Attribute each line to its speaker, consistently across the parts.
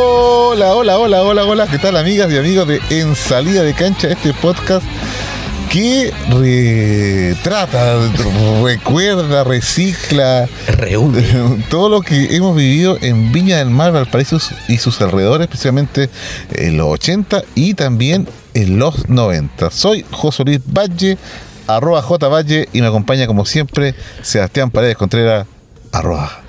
Speaker 1: Hola, hola, hola, hola, hola. ¿Qué tal, amigas y amigos de En Salida de Cancha? Este podcast que retrata, recuerda, recicla
Speaker 2: Reúne.
Speaker 1: todo lo que hemos vivido en Viña del Mar, Valparaíso y sus alrededores, especialmente en los 80 y también en los 90. Soy José Luis Valle, arroba J Valle, y me acompaña como siempre Sebastián Paredes Contreras, arroba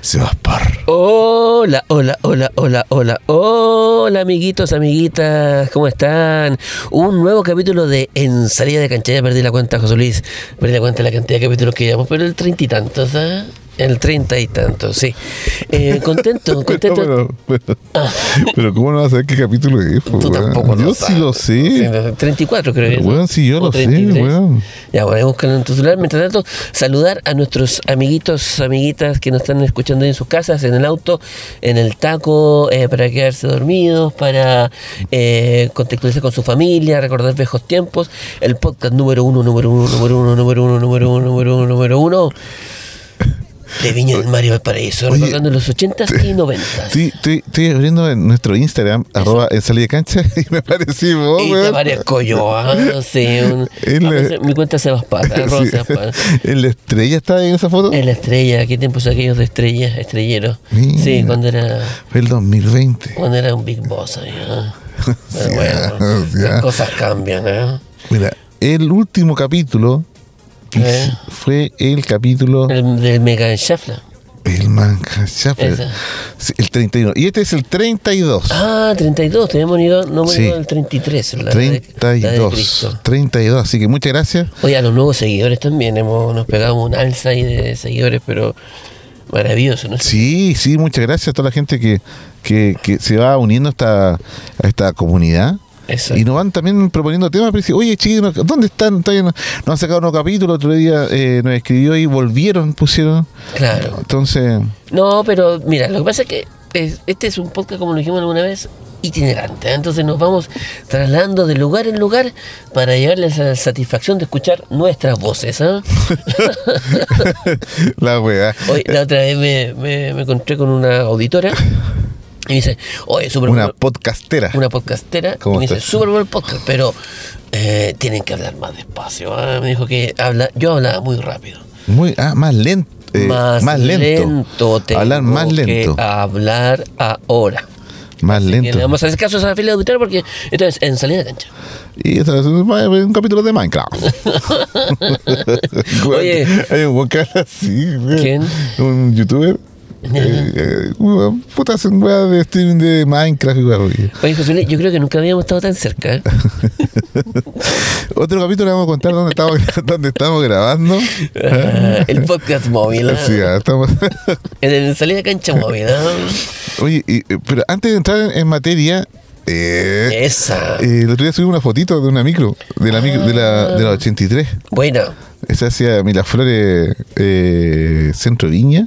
Speaker 1: Sebaspar.
Speaker 2: Hola, hola, hola, hola, hola, hola, amiguitos, amiguitas, ¿cómo están? Un nuevo capítulo de En Salida de Cancha. Ya perdí la cuenta, José Luis, perdí la cuenta de la cantidad de capítulos que llevamos, pero el treinta y tantos, ¿ah? El treinta y tantos, sí. Eh, contento, contento.
Speaker 1: Pero, pero- pero ¿cómo no vas a saber qué capítulo es? po,
Speaker 2: Tú
Speaker 1: Pues, weón?
Speaker 2: tampoco
Speaker 1: Yo
Speaker 2: lo
Speaker 1: sí lo
Speaker 2: sabes.
Speaker 1: sé.
Speaker 2: Sí, 34 creo que es, ¿no?
Speaker 1: Weón, sí, yo
Speaker 2: O
Speaker 1: lo sé,
Speaker 2: 33.
Speaker 1: weón.
Speaker 2: Ya, bueno, buscan en tu celular. Mientras tanto, saludar a nuestros amiguitos, amiguitas que nos están escuchando en sus casas, en el auto, en el taco, eh, para quedarse dormidos, para eh, contextualizar con su familia, recordar viejos tiempos. El podcast número uno, número uno, número uno, número uno, número uno, número uno, número uno. De Viña del Mar y Valparaíso,
Speaker 1: Oye.
Speaker 2: recordando los 80s y 90s.
Speaker 1: Estoy, estoy, estoy abriendo en nuestro Instagram, arroba en salida de cancha, y me aparecí vos,
Speaker 2: Y te
Speaker 1: weón.
Speaker 2: parezco yo, ah, no sé. un-
Speaker 1: En
Speaker 2: a
Speaker 1: la-
Speaker 2: veces mi cuenta se va
Speaker 1: Sí. ¿En la estrella está en esa foto?
Speaker 2: En la estrella, ¿qué tiempos aquellos de estrella, estrellero?
Speaker 1: Mira.
Speaker 2: Sí, cuando era,
Speaker 1: Fue el 2020.
Speaker 2: cuando era un big boss. ahí, ah. Pero
Speaker 1: Sí,
Speaker 2: bueno,
Speaker 1: sí,
Speaker 2: las
Speaker 1: ah.
Speaker 2: cosas cambian, ¿eh?
Speaker 1: Mira, el último capítulo
Speaker 2: Eh.
Speaker 1: fue el capítulo
Speaker 2: El, del Mega Shafla.
Speaker 1: El Manga Chapel.
Speaker 2: Ese.
Speaker 1: Sí, el 31. Y este es el 32.
Speaker 2: Ah, 32, tenemos ido, no hemos
Speaker 1: Sí.
Speaker 2: ido al 33. La De, la de
Speaker 1: 32.
Speaker 2: Cristo.
Speaker 1: 32. Así que muchas gracias.
Speaker 2: Oye, a los nuevos seguidores también, hemos, nos pegamos un alza ahí de seguidores, pero maravilloso, ¿no?
Speaker 1: Sí, sí, muchas gracias a toda la gente que, que, que se va uniendo a esta, a esta comunidad.
Speaker 2: Eso.
Speaker 1: Y nos van también proponiendo temas. Pero dicen, Oye, chicos, ¿dónde están? Todavía No no han sacado nuevo capítulo. Otro día eh, nos escribió y volvieron, pusieron.
Speaker 2: Claro.
Speaker 1: Entonces,
Speaker 2: No, pero mira, lo que pasa es que es- este es un podcast, como lo dijimos alguna vez, itinerante. ¿eh? Entonces nos vamos trasladando de lugar en lugar para llevarles la satisfacción de escuchar nuestras voces. ¿ah?
Speaker 1: la weá.
Speaker 2: Hoy, la otra vez me, me- me encontré con una auditora y me dice, oye, súper
Speaker 1: Una
Speaker 2: bueno".
Speaker 1: podcastera.
Speaker 2: una podcastera que
Speaker 1: ¿Cómo
Speaker 2: me dice,
Speaker 1: estás?
Speaker 2: súper buen podcast, pero eh, tienen que hablar más despacio. ¿ah? Me dijo que habla, yo hablaba muy rápido.
Speaker 1: Muy, ah, más lento. eh, más, lento.
Speaker 2: tengo
Speaker 1: Hablar más lento.
Speaker 2: que hablar ahora.
Speaker 1: más
Speaker 2: Y le
Speaker 1: lento.
Speaker 2: vamos a hacer caso a esa fila de auditorio porque esto es en salida de cancha.
Speaker 1: Y eso es un, un capítulo de Minecraft. Weón,
Speaker 2: Oye.
Speaker 1: Hay un vocal así, weón.
Speaker 2: ¿Quién?
Speaker 1: Un youtuber. Eh, eh, weón, puta, hacen weá de streaming de Minecraft y weá, weón.
Speaker 2: Oye, José Luis, yo creo que nunca habíamos estado tan cerca. ¿eh?
Speaker 1: Otro capítulo le vamos a contar dónde estamos, dónde estamos grabando.
Speaker 2: Ah, el podcast móvil. ¿eh?
Speaker 1: Sí, ah, estamos.
Speaker 2: En el salida de cancha móvil. ¿eh?
Speaker 1: Oye, y, eh, pero antes de entrar en, en materia, eh,
Speaker 2: Esa.
Speaker 1: eh, el otro día subí una fotito de una micro, de la, micro- de la, de la
Speaker 2: Ah.
Speaker 1: 83.
Speaker 2: Bueno,
Speaker 1: Esa hacia Milaflores eh, Centro Viña.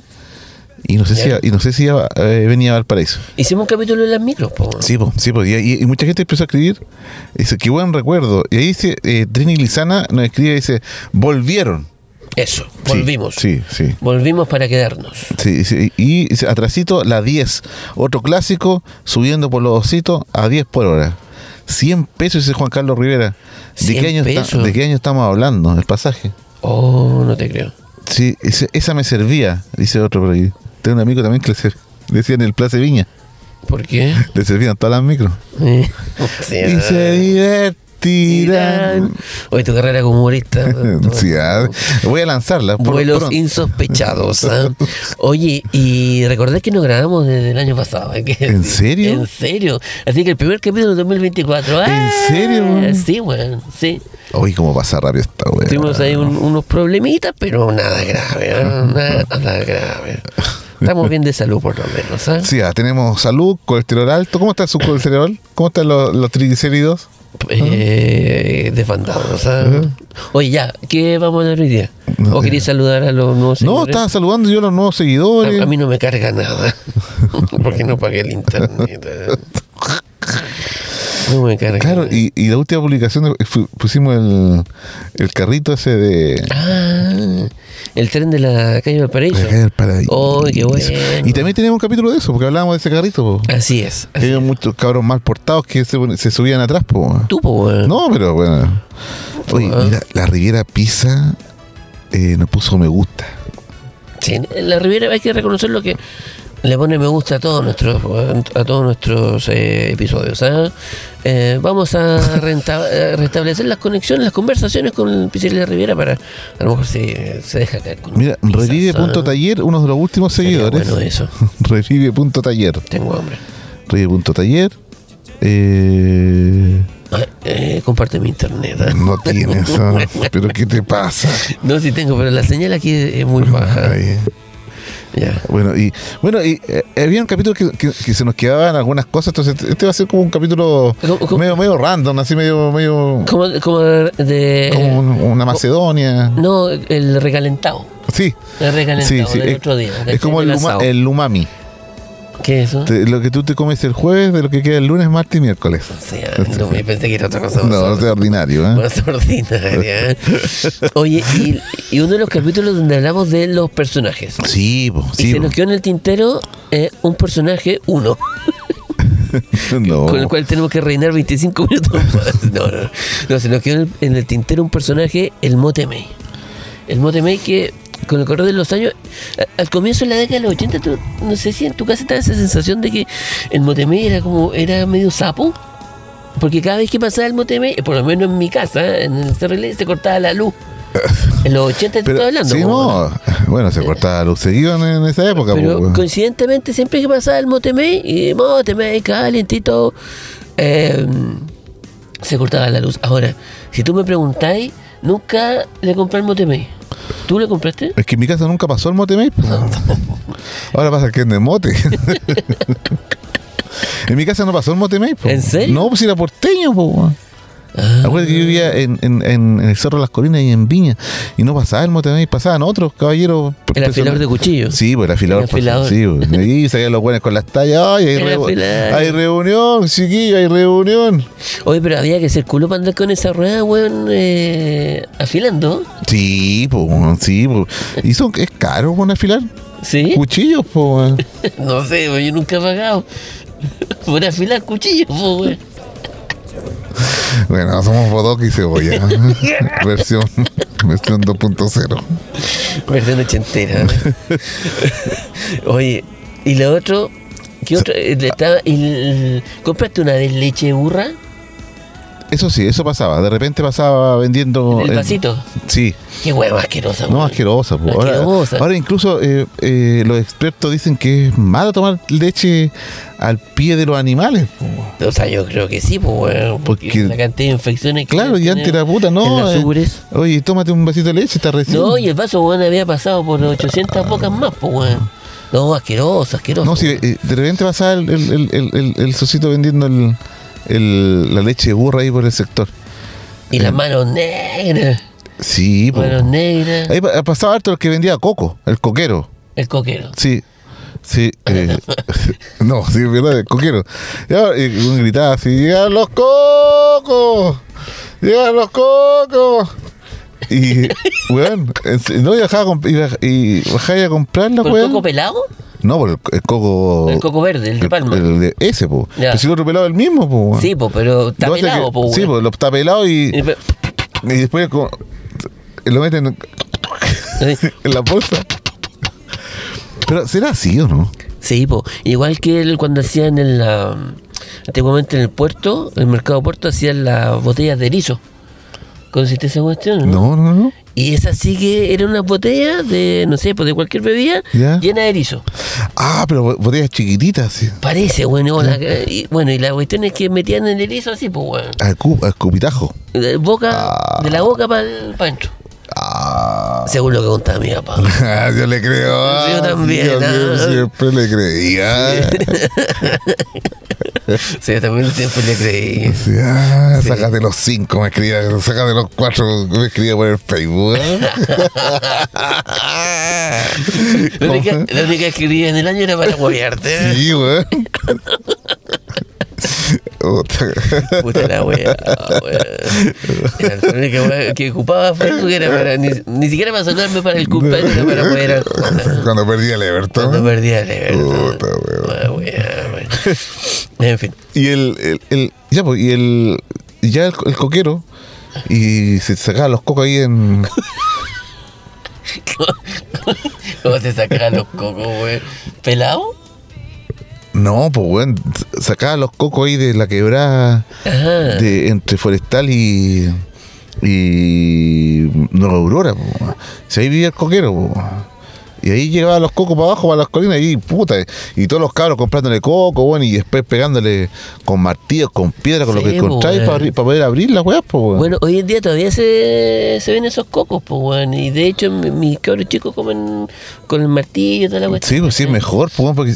Speaker 1: Y no sé si,
Speaker 2: Ya.
Speaker 1: y no sé si iba- eh, venía a Valparaíso.
Speaker 2: hicimos un capítulo de las micros, po.
Speaker 1: Sí, po, sí, po, y, y- y mucha gente empezó a escribir. y Dice, qué buen recuerdo. Y ahí dice, eh, Trini Lizana nos escribe y dice, volvieron.
Speaker 2: Eso,
Speaker 1: Sí,
Speaker 2: volvimos.
Speaker 1: Sí, sí.
Speaker 2: Volvimos para quedarnos.
Speaker 1: Sí, sí, y dice, atrasito la 10. Otro clásico, subiendo por los ositos a 10 por hora. 100 pesos, dice Juan Carlos Rivera. ¿De,
Speaker 2: 100
Speaker 1: qué año, está-
Speaker 2: pesos.
Speaker 1: ¿De qué año estamos hablando? El pasaje.
Speaker 2: Oh, no te creo.
Speaker 1: Sí, ese- esa me servía, dice otro por ahí. Tengo un amigo también que le, ser- le decían el Place Viña,
Speaker 2: ¿Por qué?
Speaker 1: le servían todas las micros.
Speaker 2: Eh, sí,
Speaker 1: Y se
Speaker 2: ah,
Speaker 1: divertirán.
Speaker 2: Irán. Oye, tu carrera como humorista. ¿no?
Speaker 1: Sí, ah, voy a lanzarla. por-
Speaker 2: Vuelos
Speaker 1: pronto.
Speaker 2: insospechados. ¿ah? Oye, y recordé que nos grabamos desde el año pasado. ¿eh? Que-
Speaker 1: ¿En serio?
Speaker 2: En serio. Así que el primer capítulo del 2024. ¡ah!
Speaker 1: ¿En serio, weón?
Speaker 2: Sí, weón. Sí.
Speaker 1: Uy, cómo pasa rápido esta wea.
Speaker 2: Tuvimos ahí un- unos problemitas, pero nada grave. ¿ah? Nada grave. Estamos bien de salud, por lo menos. ¿ah?
Speaker 1: Sí, ah, tenemos salud, colesterol alto. ¿Cómo está su colesterol? ¿Cómo están los, los triglicéridos?
Speaker 2: Eh, desbandados. ¿ah? Oye, ya, ¿qué vamos a dar hoy día?
Speaker 1: No, eh.
Speaker 2: ¿O queréis saludar a los nuevos
Speaker 1: No,
Speaker 2: señores?
Speaker 1: estaba saludando yo a los nuevos seguidores.
Speaker 2: A, a mí no me carga nada. Porque no pagué el internet. No me carga.
Speaker 1: Claro,
Speaker 2: nada.
Speaker 1: y, y la eh, última publicación de- fu- pusimos el, el carrito ese de.
Speaker 2: Ah, el tren de la calle Valparaíso.
Speaker 1: La calle Valparaíso.
Speaker 2: Oh, qué bueno.
Speaker 1: Y también tenemos un capítulo de eso, porque hablábamos de ese carrito. po.
Speaker 2: Así es.
Speaker 1: Que Había muchos cabros mal portados que se, se subían atrás. Po.
Speaker 2: Tú, po, weón.
Speaker 1: No, pero bueno. Oye,
Speaker 2: Ah.
Speaker 1: mira, la Riviera Pisa eh, nos puso me gusta.
Speaker 2: Sí, la Riviera hay que reconocer lo que le pone me gusta a todos nuestros a todos nuestros eh, episodios. ¿ah? Eh, vamos a renta- eh, restablecer las conexiones, las conversaciones con el Piscis de la Riviera para a lo mejor se, se deja caer con
Speaker 1: Mira,
Speaker 2: un pisazo, ¿ah?
Speaker 1: revive.taller, uno de los últimos
Speaker 2: Sería
Speaker 1: seguidores.
Speaker 2: Bueno, eso.
Speaker 1: Revive.taller.
Speaker 2: Tengo hambre.
Speaker 1: Revive.taller. Eh,
Speaker 2: Ah, eh, comparte mi internet. ¿ah?
Speaker 1: no tienes. ah, ¿Pero qué te pasa?
Speaker 2: No, sí tengo, pero la señal aquí es muy baja.
Speaker 1: Ay, eh.
Speaker 2: Ya.
Speaker 1: Bueno, y bueno, y eh, había un capítulo que, que- que se nos quedaban algunas cosas, entonces este- este va a ser como un capítulo
Speaker 2: ¿Cómo- cómo?
Speaker 1: medio medio random, así medio medio
Speaker 2: Como, como de.
Speaker 1: como un- una Macedonia.
Speaker 2: No, el recalentado.
Speaker 1: Sí,
Speaker 2: El
Speaker 1: sí,
Speaker 2: recalentado
Speaker 1: sí.
Speaker 2: del
Speaker 1: Es,
Speaker 2: otro día.
Speaker 1: es como el, luma-
Speaker 2: asado.
Speaker 1: el umami.
Speaker 2: ¿Qué es eso?
Speaker 1: Te- lo que tú te comes el jueves de lo que queda el lunes, martes y miércoles.
Speaker 2: Sí, ah, no, yo pensé que era otra cosa.
Speaker 1: No, es de ordinario, ¿eh?
Speaker 2: Más ordinaria. ¿eh? Oye, y, y uno de los capítulos donde hablamos de los personajes.
Speaker 1: Sí, po,
Speaker 2: y
Speaker 1: sí.
Speaker 2: se nos quedó en el tintero eh, un personaje, uno,
Speaker 1: po. No.
Speaker 2: con el cual tenemos que reinar 25 minutos más. No, no, no, se nos quedó en el, en el tintero un personaje, el Mote May. El Mote May que, con el correr de los años, a- al comienzo de la década de los 80, tú- no sé si en tu casa estaba esa sensación de que el Mote May era como, era medio sapo. Porque cada vez que pasaba el Motemey, por lo menos en mi casa, en el CRL, se cortaba la luz. En los 80 te
Speaker 1: Pero-
Speaker 2: estoy hablando.
Speaker 1: sí,
Speaker 2: po, weón.
Speaker 1: no. Bueno, se cortaba luz seguido en, en esa época, po,
Speaker 2: Pero
Speaker 1: weón.
Speaker 2: coincidentemente, siempre que pasaba el Motemey, y Motemey calentito, eh, se cortaba la luz. Ahora, si tú me preguntáis, nunca le compré el Motemey. ¿Tú le compraste?
Speaker 1: Es que en mi casa nunca pasó el mote mail. po. Ahora pasa que es de mote. en mi casa no pasó el mote mail. po.
Speaker 2: ¿En serio?
Speaker 1: No, pues era porteño. Po. weón.
Speaker 2: Ah,
Speaker 1: Acuérdate que yo vivía en, en- en- en el Cerro de las Colinas y en Viña. Y no pasaba el mote mail, pasaban otros caballeros.
Speaker 2: el
Speaker 1: personas-
Speaker 2: afilador de cuchillos.
Speaker 1: Sí, pues el afilador.
Speaker 2: El
Speaker 1: pues,
Speaker 2: afilador.
Speaker 1: Sí, pues. Y ahí salían los buenos con las tallas. Ay, hay,
Speaker 2: El
Speaker 1: rebu-
Speaker 2: afilador.
Speaker 1: hay reunión, chiquillo, hay reunión.
Speaker 2: Oye, pero había que ser culo para andar con esa rueda, weón, eh, afilando.
Speaker 1: Sí, pues, weón, sí, pues. Y son, es caro, bueno, afilar
Speaker 2: ¿Sí?
Speaker 1: cuchillos, pues. weón.
Speaker 2: No sé, weón, yo nunca he pagado por afilar cuchillos, po, weón.
Speaker 1: Bueno, somos bodoque y cebolla. versión versión 2.0.
Speaker 2: Versión ochentera. Oye, y lo otro, ¿qué otro? Eh, le estaba- y el- ¿Compraste una vez leche de burra?
Speaker 1: Eso sí, eso pasaba. De repente pasaba vendiendo.
Speaker 2: ¿En el
Speaker 1: eh,
Speaker 2: vasito?
Speaker 1: Sí,
Speaker 2: Qué hueva asquerosa,
Speaker 1: no
Speaker 2: weón.
Speaker 1: asquerosa. po. Ahora,
Speaker 2: Asquerosa.
Speaker 1: ahora incluso eh, eh, los expertos dicen que es malo tomar leche al pie de los animales. po.
Speaker 2: O sea, yo creo que sí, pues, weón. Porque,
Speaker 1: Porque-
Speaker 2: la cantidad de infecciones que
Speaker 1: Claro, y
Speaker 2: tenemos
Speaker 1: antes era puta,
Speaker 2: En
Speaker 1: no.
Speaker 2: las
Speaker 1: eh,
Speaker 2: ubres.
Speaker 1: oye, tómate un vasito de leche, está recién.
Speaker 2: No, y el vaso, weón, había pasado por 800 pocas más, pues, weón. No, asqueroso, asqueroso.
Speaker 1: No, si
Speaker 2: weón.
Speaker 1: eh, de repente pasaba el, el, el, el, el- el socito vendiendo el- el- la leche de burra ahí por el sector.
Speaker 2: Y
Speaker 1: eh.
Speaker 2: las manos negras.
Speaker 1: Sí, po.
Speaker 2: Manos negras.
Speaker 1: Ahí pa- pasaba harto el que vendía coco, el coquero.
Speaker 2: El coquero.
Speaker 1: Sí. Sí. eh, no, sí, es verdad, el coquero. Y ahora, y uno gritaba así, ¡llegan los cocos! ¡Llegan los cocos! Y, weón, en- no, y bajaba, a comp- y baj- y bajaba a comprarla,
Speaker 2: ¿Por
Speaker 1: Ah, weón.
Speaker 2: coco pelado?
Speaker 1: No, por el, el coco...
Speaker 2: El coco verde, el de palma.
Speaker 1: el de ese, po.
Speaker 2: Ya.
Speaker 1: Pero si el otro pelado es el mismo, po. weón.
Speaker 2: Sí, pues, pero está
Speaker 1: Lo que pasa es
Speaker 2: pelado,
Speaker 1: que-
Speaker 2: pues,
Speaker 1: Sí, po, lo está pelado y,
Speaker 2: Eh, pero-
Speaker 1: y después como- lo meten en la bolsa. Pero será así o no?
Speaker 2: Sí, po. igual que el- cuando hacían en la. Antiguamente en el puerto, en el mercado puerto, hacían las botellas de erizo. ¿Consiste esa cuestión?
Speaker 1: No, no, no.
Speaker 2: Y esa sí que era una botella de, no sé, pues de cualquier bebida
Speaker 1: Ya.
Speaker 2: llena de erizo.
Speaker 1: Ah, pero bo- botellas chiquititas, sí.
Speaker 2: Parece, bueno. o la- y, bueno, y la cuestión es que metían el erizo así, pues, bueno.
Speaker 1: Al, cu- al cupitajo.
Speaker 2: De, boca,
Speaker 1: Ah.
Speaker 2: de la boca para el pancho.
Speaker 1: Ah.
Speaker 2: Según lo que contaba mi papá.
Speaker 1: yo le creo. ah,
Speaker 2: Yo también,
Speaker 1: sí, Yo,
Speaker 2: ah.
Speaker 1: siempre le creía.
Speaker 2: sí, yo también siempre le creí.
Speaker 1: Sí, ah, Sácate los cinco, me escribía. Sácate los cuatro, me escribía por el Facebook. ¿eh? ah.
Speaker 2: La única, la ¿eh? única que quería en el año era para huevearte.
Speaker 1: Sí, weón.
Speaker 2: Puta la wea, weón. La única wea que ocupaba Facebook era para. Ni, ni siquiera para saludarme para el cumpleaños, era para poder. al-
Speaker 1: Cuando perdí el Everton.
Speaker 2: No perdía el Everton.
Speaker 1: Puta, weón.
Speaker 2: Ah, wea, wea. En fin.
Speaker 1: Y el, el, el- ya, pues, y el, ya el, el coquero, y se sacaba los cocos ahí en,
Speaker 2: ¿Cómo se sacaban los cocos, weón? ¿Pelado?
Speaker 1: no, pues, weón, sacaba los cocos ahí de la quebrada,
Speaker 2: Ajá.
Speaker 1: de, entre Forestal y, y Nueva Aurora, po. Si ahí vivía el coquero, po. Y ahí llegaba los cocos para abajo, para las colinas, y puta, y todos los cabros comprándole coco, bueno, y después pegándole con martillos, con piedra, con lo
Speaker 2: Sí,
Speaker 1: que
Speaker 2: po,
Speaker 1: encontráis
Speaker 2: weón.
Speaker 1: para, abrir- para poder abrir las weas, po, weón.
Speaker 2: Bueno, hoy en día todavía se, se ven esos cocos, pues, weón. Y de hecho, mi- mis cabros chicos comen con el martillo y toda la cuestión.
Speaker 1: Sí, pues sí, es mejor, pues, porque,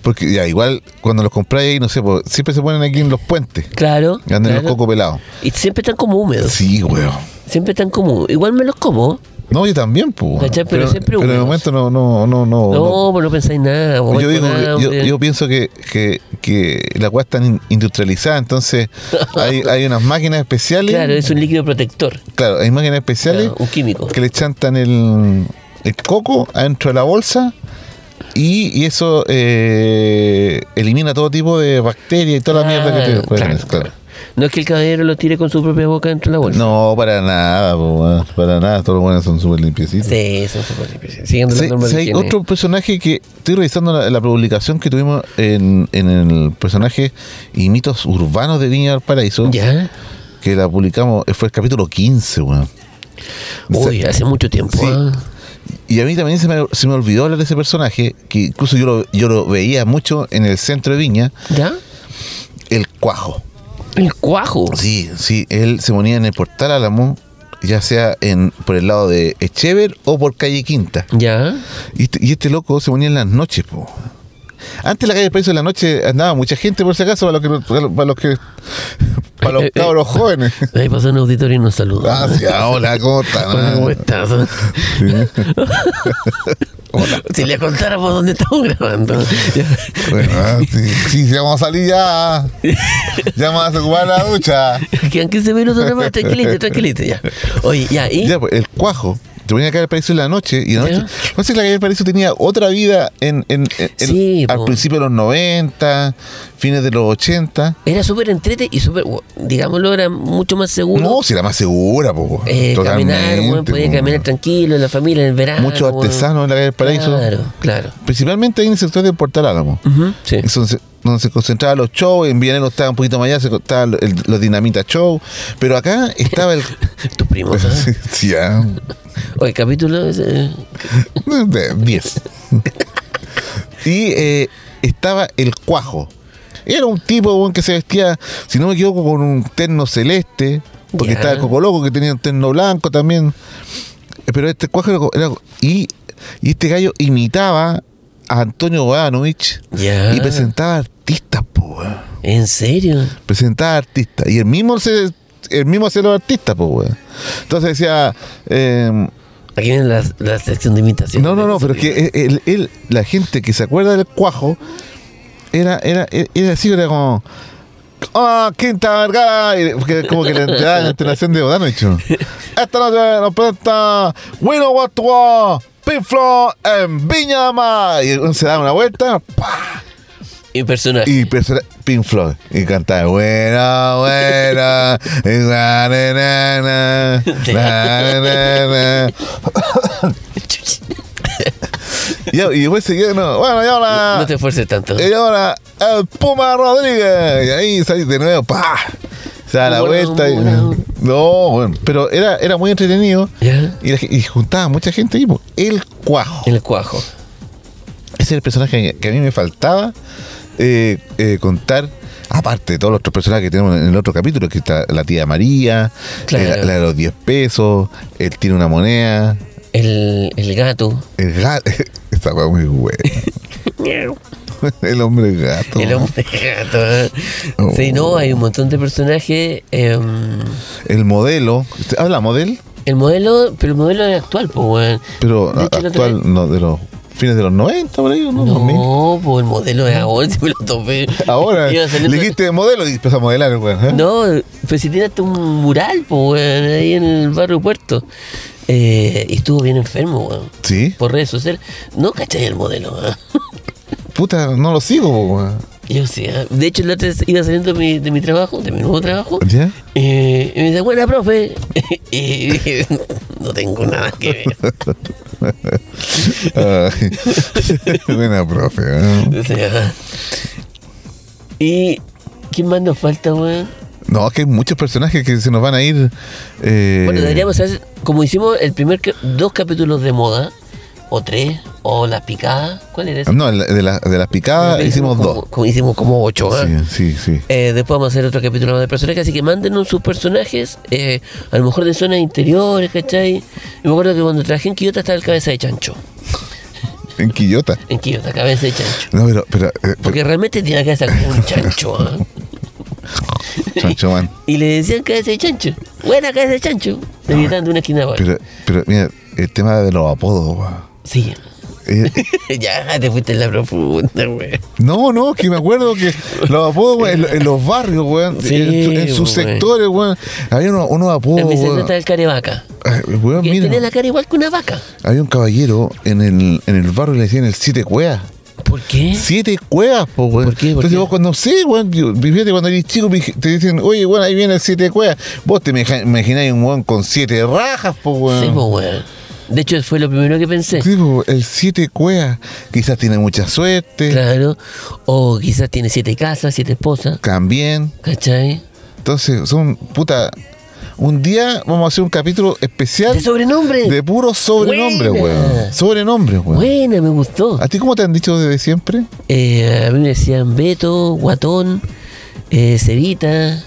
Speaker 1: porque ya, igual cuando los compráis ahí, no sé, pues, siempre se ponen aquí en los puentes,
Speaker 2: Claro.
Speaker 1: andan
Speaker 2: claro.
Speaker 1: los cocos pelados.
Speaker 2: Y siempre están como húmedos.
Speaker 1: Sí, weón.
Speaker 2: Siempre están como húmedos. Igual me los como.
Speaker 1: No, yo también, pues. weón.
Speaker 2: ¿Cachai? Pero siempre
Speaker 1: pero en el
Speaker 2: húmedos.
Speaker 1: momento no, no, no, no.
Speaker 2: No, pues no pensáis nada.
Speaker 1: no.
Speaker 2: vos
Speaker 1: Yo,
Speaker 2: vais
Speaker 1: digo,
Speaker 2: con
Speaker 1: que- yo,
Speaker 2: hambre.
Speaker 1: yo pienso que, que, que la agua está in- industrializada, entonces hay, hay unas máquinas especiales.
Speaker 2: Claro, es un líquido protector.
Speaker 1: claro, hay máquinas especiales
Speaker 2: claro, un químico.
Speaker 1: que le chantan el, el coco adentro de la bolsa y, y eso eh, elimina todo tipo de bacterias y toda la mierda que
Speaker 2: Ah,
Speaker 1: te pueden
Speaker 2: claro,
Speaker 1: hacer, claro.
Speaker 2: claro. No es que el caballero lo tire con su propia boca dentro de la bolsa.
Speaker 1: No, para nada, po, weón, para nada, todos los buenos son súper limpiecitos.
Speaker 2: Sí, eso es súper difícil. Siguiendo
Speaker 1: Sí,
Speaker 2: la norma
Speaker 1: sí,
Speaker 2: de
Speaker 1: hay
Speaker 2: higiene.
Speaker 1: otro personaje que estoy revisando la, la publicación que tuvimos en, en el personaje y mitos urbanos de Viña del Paraíso,
Speaker 2: ¿Ya?
Speaker 1: que la publicamos, eh, fue el capítulo 15, weón.
Speaker 2: Uy,
Speaker 1: Se-
Speaker 2: hace mucho tiempo.
Speaker 1: Sí.
Speaker 2: ah.
Speaker 1: Y a mí también se me, se me olvidó hablar de ese personaje, que incluso yo lo, yo lo veía mucho en el centro de Viña,
Speaker 2: ¿Ya?
Speaker 1: el cuajo.
Speaker 2: El cuajo.
Speaker 1: Sí, sí, él se ponía en el portal Álamo, ya sea en por el lado de Echever o por calle Quinta.
Speaker 2: ¿Ya?
Speaker 1: Y este, y este loco se ponía en las noches, po. Antes la calle del Paraíso en la noche andaba mucha gente, por si acaso, para los que, no- para los- para los que, para los
Speaker 2: Eh, eh,
Speaker 1: cabros jóvenes.
Speaker 2: Ahí pasó un auditorio y nos saluda.
Speaker 1: Ah, sí, ah, hola, ¿cómo están?
Speaker 2: Hola, ¿Cómo
Speaker 1: Ah,
Speaker 2: estás?
Speaker 1: sí. Hola.
Speaker 2: Si le contáramos dónde estamos grabando. Ya.
Speaker 1: Bueno, ah, sí, sí, sí, vamos a salir ya. Ya vamos a ocupar la ducha.
Speaker 2: Quedan 15 minutos nomás, tranquilito, tranquilito, ya. Oye, ya, ¿y?
Speaker 1: Ya, pues, el cuajo. Te ponía acá el paraíso en la noche y en la
Speaker 2: Ya.
Speaker 1: noche. No sé, la calle del paraíso tenía otra vida en, en- en- en-
Speaker 2: Sí,
Speaker 1: al
Speaker 2: po.
Speaker 1: principio de los 90, fines de los 80.
Speaker 2: Era súper entrete y súper, digámoslo, era mucho más seguro.
Speaker 1: No, si era más segura, po.
Speaker 2: eh, caminar, weón, podía
Speaker 1: po.
Speaker 2: caminar tranquilo en la familia, en el verano.
Speaker 1: Muchos
Speaker 2: weón.
Speaker 1: artesanos en la calle del Paraíso.
Speaker 2: Claro, Mm. claro.
Speaker 1: Principalmente ahí en el sector de Portal Álamo.
Speaker 2: Ujú, sí.
Speaker 1: Es donde se- donde se concentraban los shows, en Villanelo estaba un poquito más allá, se estaba el- los Dinamita Show, pero acá estaba el...
Speaker 2: Tus primos. ¿ah?
Speaker 1: sí, ya.
Speaker 2: O el capítulo es, eh,
Speaker 1: De 10. y eh, estaba el cuajo. Era un tipo weón, que se vestía, si no me equivoco, con un terno celeste. Porque
Speaker 2: Ya.
Speaker 1: estaba el Coco Loco, que tenía un terno blanco también. Eh, Pero este cuajo era. co- era- y, y este gallo imitaba a Antonio Bodanovich
Speaker 2: Ya.
Speaker 1: y presentaba artistas, po, weón.
Speaker 2: ¿En serio?
Speaker 1: presentaba artistas. Y el mismo se. El mismo hacía los artistas, po, weón. Entonces decía. em,
Speaker 2: Aquí viene la, la sección de imitación.
Speaker 1: no, no, no, pero es
Speaker 2: este,
Speaker 1: que él, él- la gente que se acuerda del cuajo era, era, era así, era como. ¡Ah, Quinta Vergara! y porque como que le daba la entonación de Bodanovich. ¿no? Esta noche nos presenta Wino Watua, Pinflo en Viña del Mar. Y uno se da una vuelta ¡pah!
Speaker 2: Y personaje.
Speaker 1: y persona, Pink Floyd. Y cantaba Buena, buena, y na, na, na, na, na, na, na". Y, y después seguía, no, bueno, y ahora.
Speaker 2: No te esfuerces tanto.
Speaker 1: Y ahora, el Puma Rodríguez. Y ahí salís de nuevo, pa. Se da la
Speaker 2: Bueno,
Speaker 1: vuelta. y-
Speaker 2: bueno.
Speaker 1: no, bueno. Pero era, era muy entretenido.
Speaker 2: ¿Ya?
Speaker 1: Y, la ge- y juntaba mucha gente ahí, po. El cuajo.
Speaker 2: El cuajo.
Speaker 1: Ese es el personaje que a mí me faltaba eh, eh, contar. Aparte de todos los otros personajes que tenemos en el otro capítulo, que está la tía María,
Speaker 2: Claro.
Speaker 1: eh, la, la de los 10 pesos, él tiene una moneda,
Speaker 2: El, el gato.
Speaker 1: el gato. Esta fue muy buena. el hombre gato.
Speaker 2: El hombre gato. ¿eh?
Speaker 1: Oh.
Speaker 2: Sí, no, hay un montón de personajes. eh,
Speaker 1: El modelo. ¿Usted ¿Habla modelo?
Speaker 2: el modelo, pero el modelo es actual, pues, weón.
Speaker 1: Pero
Speaker 2: De hecho, el otro
Speaker 1: actual, no, de los fines de los 90, por ahí, ¿o ¿no? 2000.
Speaker 2: No, pues el modelo es ahora, si me lo topé.
Speaker 1: Ahora,
Speaker 2: Iba
Speaker 1: le
Speaker 2: saliendo-
Speaker 1: dijiste modelo y empezó a modelar, weón. ¿eh?
Speaker 2: No, pues si tiene hasta un mural, pues, weón, ahí en el barrio Puerto. Eh, y estuvo bien enfermo, weón.
Speaker 1: Sí,
Speaker 2: Por redes sociales. No cachai el modelo, weón.
Speaker 1: puta, no lo sigo, po, weón.
Speaker 2: Yo sí, ah. de hecho, la otra vez iba saliendo de mi, de mi trabajo, de mi nuevo trabajo.
Speaker 1: ¿Ya?
Speaker 2: eh, y me dice, buena, profe. y dije, no tengo nada que ver.
Speaker 1: Ay, Buena, profe. ¿eh?
Speaker 2: O sea, ¿Y quién más nos falta, weón?
Speaker 1: No, es que hay muchos personajes que se nos van a ir. eh,
Speaker 2: Bueno, deberíamos hacer, como hicimos el primer, ca- dos capítulos de moda, o tres, o las picadas. ¿Cuál era ese?
Speaker 1: No, el de, la- de las picadas Ah, hicimos
Speaker 2: como-
Speaker 1: dos.
Speaker 2: como- hicimos como ocho, ¿ah?
Speaker 1: Sí, sí, sí.
Speaker 2: Eh, después vamos a hacer otro capítulo más de personajes, así que mándenos sus personajes, eh, a lo mejor de zonas interiores, ¿cachai? Yo me acuerdo que cuando trabajé en Quillota estaba el cabeza de chancho.
Speaker 1: En Quillota.
Speaker 2: En Quillota, cabeza de chancho.
Speaker 1: No, pero, pero, eh, pero-
Speaker 2: Porque realmente tiene la cabeza como un chancho, ¿ah?
Speaker 1: Chancho Man.
Speaker 2: Y le decían cabeza de chancho. Buena cabeza de chancho. Le gritaban de una esquina a otra.
Speaker 1: Pero, pero mira, el tema de los apodos, weón.
Speaker 2: Sí.
Speaker 1: Eh, eh,
Speaker 2: ya, te fuiste en la profunda, güey.
Speaker 1: no, no, que me acuerdo que los apodos, weón, en, lo- en los barrios, weón,
Speaker 2: Sí,
Speaker 1: en, su- en sus
Speaker 2: weón.
Speaker 1: sectores, weón, había unos, unos apodos,
Speaker 2: En mi
Speaker 1: Oh, weón.
Speaker 2: está el carevaca.
Speaker 1: Ay, weón,
Speaker 2: Que
Speaker 1: mira.
Speaker 2: tiene la cara igual que una vaca.
Speaker 1: Había un caballero en el, en el barrio y le decían el siete cuevas.
Speaker 2: ¿Por qué?
Speaker 1: Siete cuevas, po, weón.
Speaker 2: ¿Por qué? ¿Por
Speaker 1: Entonces
Speaker 2: qué?
Speaker 1: vos cuando sí, weón, yo- fíjate, cuando eres chico me dij- te dicen, oye, weón, ahí viene el siete cuevas. Vos te imagi- imagináis un weón con siete rajas, po, weón.
Speaker 2: Sí, po, güey. pues, De hecho, fue lo primero que pensé.
Speaker 1: Sí, po, el siete cuevas. Quizás tiene mucha suerte.
Speaker 2: Claro. O quizás tiene siete casas, siete esposas.
Speaker 1: También.
Speaker 2: ¿Cachai?
Speaker 1: Entonces, son puta. Un día vamos a hacer un capítulo especial
Speaker 2: De sobrenombre.
Speaker 1: Ah. de puros sobrenombres,
Speaker 2: Buena.
Speaker 1: weón. Sobrenombres, weón.
Speaker 2: Buena, me gustó.
Speaker 1: ¿A ti cómo te han dicho desde siempre?
Speaker 2: Eh, a mí me decían Beto, Guatón, eh, Cevita.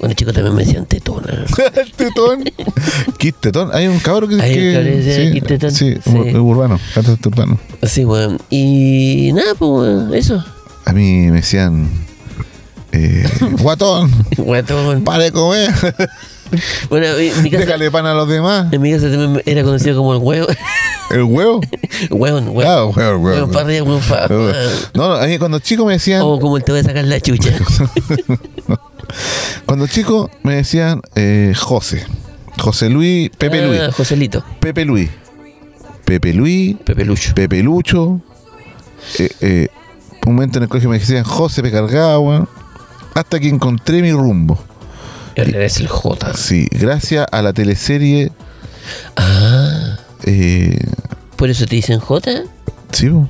Speaker 2: Bueno, chicos, también me decían Tetona.
Speaker 1: El tetón. Kid Tetón. Hay un cabrón que
Speaker 2: Hay un cabrón que se llama Kid Tetón.
Speaker 1: Sí,
Speaker 2: Sí.
Speaker 1: ur- urbano, cantante urbano.
Speaker 2: Sí, weón. Y nada, pues, weón, eso.
Speaker 1: A mí me decían. Eh, guatón,
Speaker 2: Guatón.
Speaker 1: para de comer,
Speaker 2: Bueno, en mi casa,
Speaker 1: déjale pan a los demás.
Speaker 2: en mi casa también era conocido como el huevo.
Speaker 1: El huevo.
Speaker 2: Hueón, hueón.
Speaker 1: Ah, huevo,
Speaker 2: Hueón para
Speaker 1: huevo.
Speaker 2: arriba, hueón para
Speaker 1: No, no, a mí cuando chico me decían.
Speaker 2: O como el Oh, te voy a sacar la chucha.
Speaker 1: Cuando chico me decían eh, José. José Luis, Pepe
Speaker 2: Ah,
Speaker 1: Luis.
Speaker 2: Joselito.
Speaker 1: Pepe Luis. Pepe Luis,
Speaker 2: Pepe Lucho.
Speaker 1: Pepe Lucho. Eh, eh, un momento en el colegio me decían José P. Cargado, weón. Hasta que encontré mi rumbo.
Speaker 2: Eres el J.
Speaker 1: Sí, gracias a la teleserie.
Speaker 2: Ah.
Speaker 1: eh,
Speaker 2: ¿Por eso te dicen J?
Speaker 1: sí, po.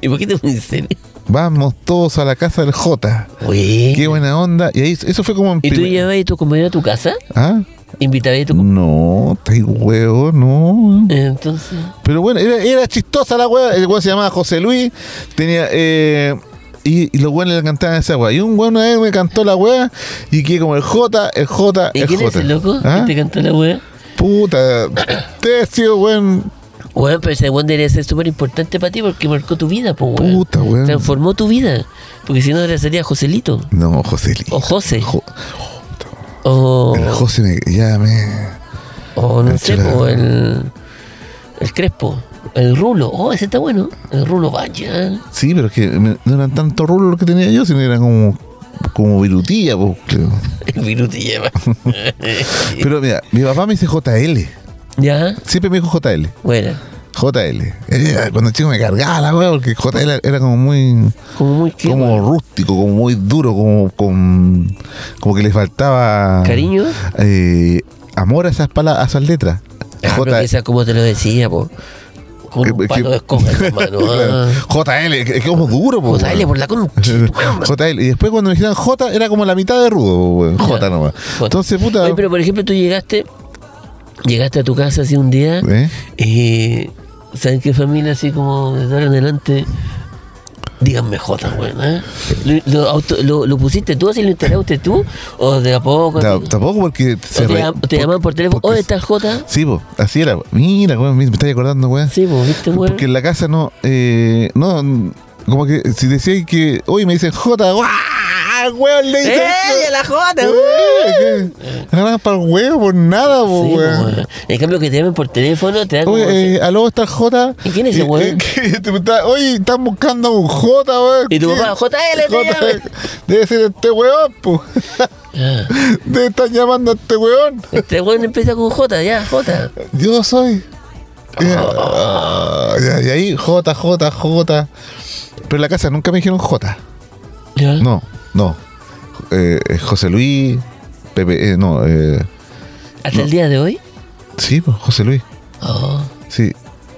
Speaker 2: ¿Y por qué te dicen?
Speaker 1: vamos todos a la casa del J. Qué
Speaker 2: Oye.
Speaker 1: buena onda. Y ahí, eso fue como en
Speaker 2: ¿Y tú
Speaker 1: primer-
Speaker 2: llevabas a tu compañero a tu casa?
Speaker 1: ¿Ah?
Speaker 2: ¿Invitabas a tu compañero?
Speaker 1: No, te huevo, no.
Speaker 2: Entonces.
Speaker 1: Pero bueno, era, era chistosa la weá. El weón se llamaba José Luis. Tenía. eh, y, y los weones le cantaban esa weá. Y un weón una vez me cantó la weá. Y que como el J, el J,
Speaker 2: ¿Y
Speaker 1: el
Speaker 2: quién
Speaker 1: J.
Speaker 2: es el loco
Speaker 1: ¿Ah?
Speaker 2: que te cantó la wea?
Speaker 1: Puta. Tecio, weón.
Speaker 2: Weón, pero ese weón debería ser súper importante para ti porque marcó tu vida, po, weón.
Speaker 1: Puta, weón.
Speaker 2: Transformó tu vida. Porque si no, ahora sería Joselito.
Speaker 1: No, José Luis.
Speaker 2: O José.
Speaker 1: Jo-
Speaker 2: O.
Speaker 1: el José me. Ya me.
Speaker 2: O no
Speaker 1: El
Speaker 2: sé,
Speaker 1: Chela.
Speaker 2: po, el, el Crespo, el Rulo. Oh, ese está bueno. El Rulo ¿eh? vaya.
Speaker 1: Sí, pero es que me- no eran tanto rulos los que tenía yo, sino eran como. Como virutía, pues, creo.
Speaker 2: El Viruti lleva.
Speaker 1: Pero mira, mi papá me dice JL.
Speaker 2: ya,
Speaker 1: Siempre me dijo JL.
Speaker 2: bueno.
Speaker 1: JL. Eh, Cuando chico me cargaba la weá porque JL era como muy.
Speaker 2: Como muy que-
Speaker 1: como rústico, como muy duro, como con, como que les faltaba
Speaker 2: Cariño.
Speaker 1: eh, amor a esas pala- a esas letras.
Speaker 2: Ah,
Speaker 1: J-
Speaker 2: pero quizás como te lo decía, po. Con
Speaker 1: Eh,
Speaker 2: un
Speaker 1: que-
Speaker 2: palo de escoba en la mano.
Speaker 1: Claro.
Speaker 2: ah.
Speaker 1: JL, es que es como duro, po,
Speaker 2: Puta, dale por la concha. de tu
Speaker 1: weón.
Speaker 2: madre.
Speaker 1: JL. Y después cuando me dijeron J era como la mitad de rudo, po, weón. J nomás.
Speaker 2: Jota.
Speaker 1: Entonces, puta.
Speaker 2: Oye, pero por ejemplo, tú llegaste. Llegaste a tu casa así un día.
Speaker 1: ¿eh?
Speaker 2: Eh, ¿Saben qué familia así como de ahora en adelante? Díganme J, weón. ¿eh? ¿Lo, lo auto- lo- lo pusiste tú así? ¿Lo instalaste tú? ¿O de a poco? así?
Speaker 1: Ta- Tampoco porque
Speaker 2: ¿O te,
Speaker 1: re-
Speaker 2: llam- te
Speaker 1: por-
Speaker 2: llamaban por teléfono?
Speaker 1: porque-
Speaker 2: ¿Oye, está el J?
Speaker 1: Sí, po, así era. po. Mira, weón, me estás acordando, weón.
Speaker 2: Sí, vos, ¿viste, weón?
Speaker 1: Porque en la casa no, eh, no, como que si decías que hoy me dicen J, ¡guau! ¡Ah, weón! Le dice. "Uh,
Speaker 2: ¡Eh! ¡La jota!
Speaker 1: Eh, que- Nada para el huevo, por nada, po,
Speaker 2: Sí,
Speaker 1: pues,
Speaker 2: pues,
Speaker 1: weón.
Speaker 2: weón. En cambio que te llamen por teléfono, te dan como-
Speaker 1: Oye, eh, aló, está el J.
Speaker 2: ¿Y quién es ese
Speaker 1: Eh,
Speaker 2: weón?
Speaker 1: eh, que te preguntaba, Oye, están buscando a un J, weón.
Speaker 2: Y tu
Speaker 1: ¿Qué?
Speaker 2: papá, JL, te
Speaker 1: J,
Speaker 2: llaman.
Speaker 1: Debe ser este weón, po. Ah, Debe estar llamando a este weón.
Speaker 2: Este weón empieza con J, ya, J.
Speaker 1: Yo soy.
Speaker 2: Oh.
Speaker 1: Y, ah, y ahí, J, J, J. Pero en la casa nunca me dijeron J.
Speaker 2: Ya.
Speaker 1: No, no. Eh, eh, José Luis, Pepe, eh, no, eh,
Speaker 2: Hasta el día de hoy.
Speaker 1: sí, pues, José Luis,
Speaker 2: Oh.
Speaker 1: sí.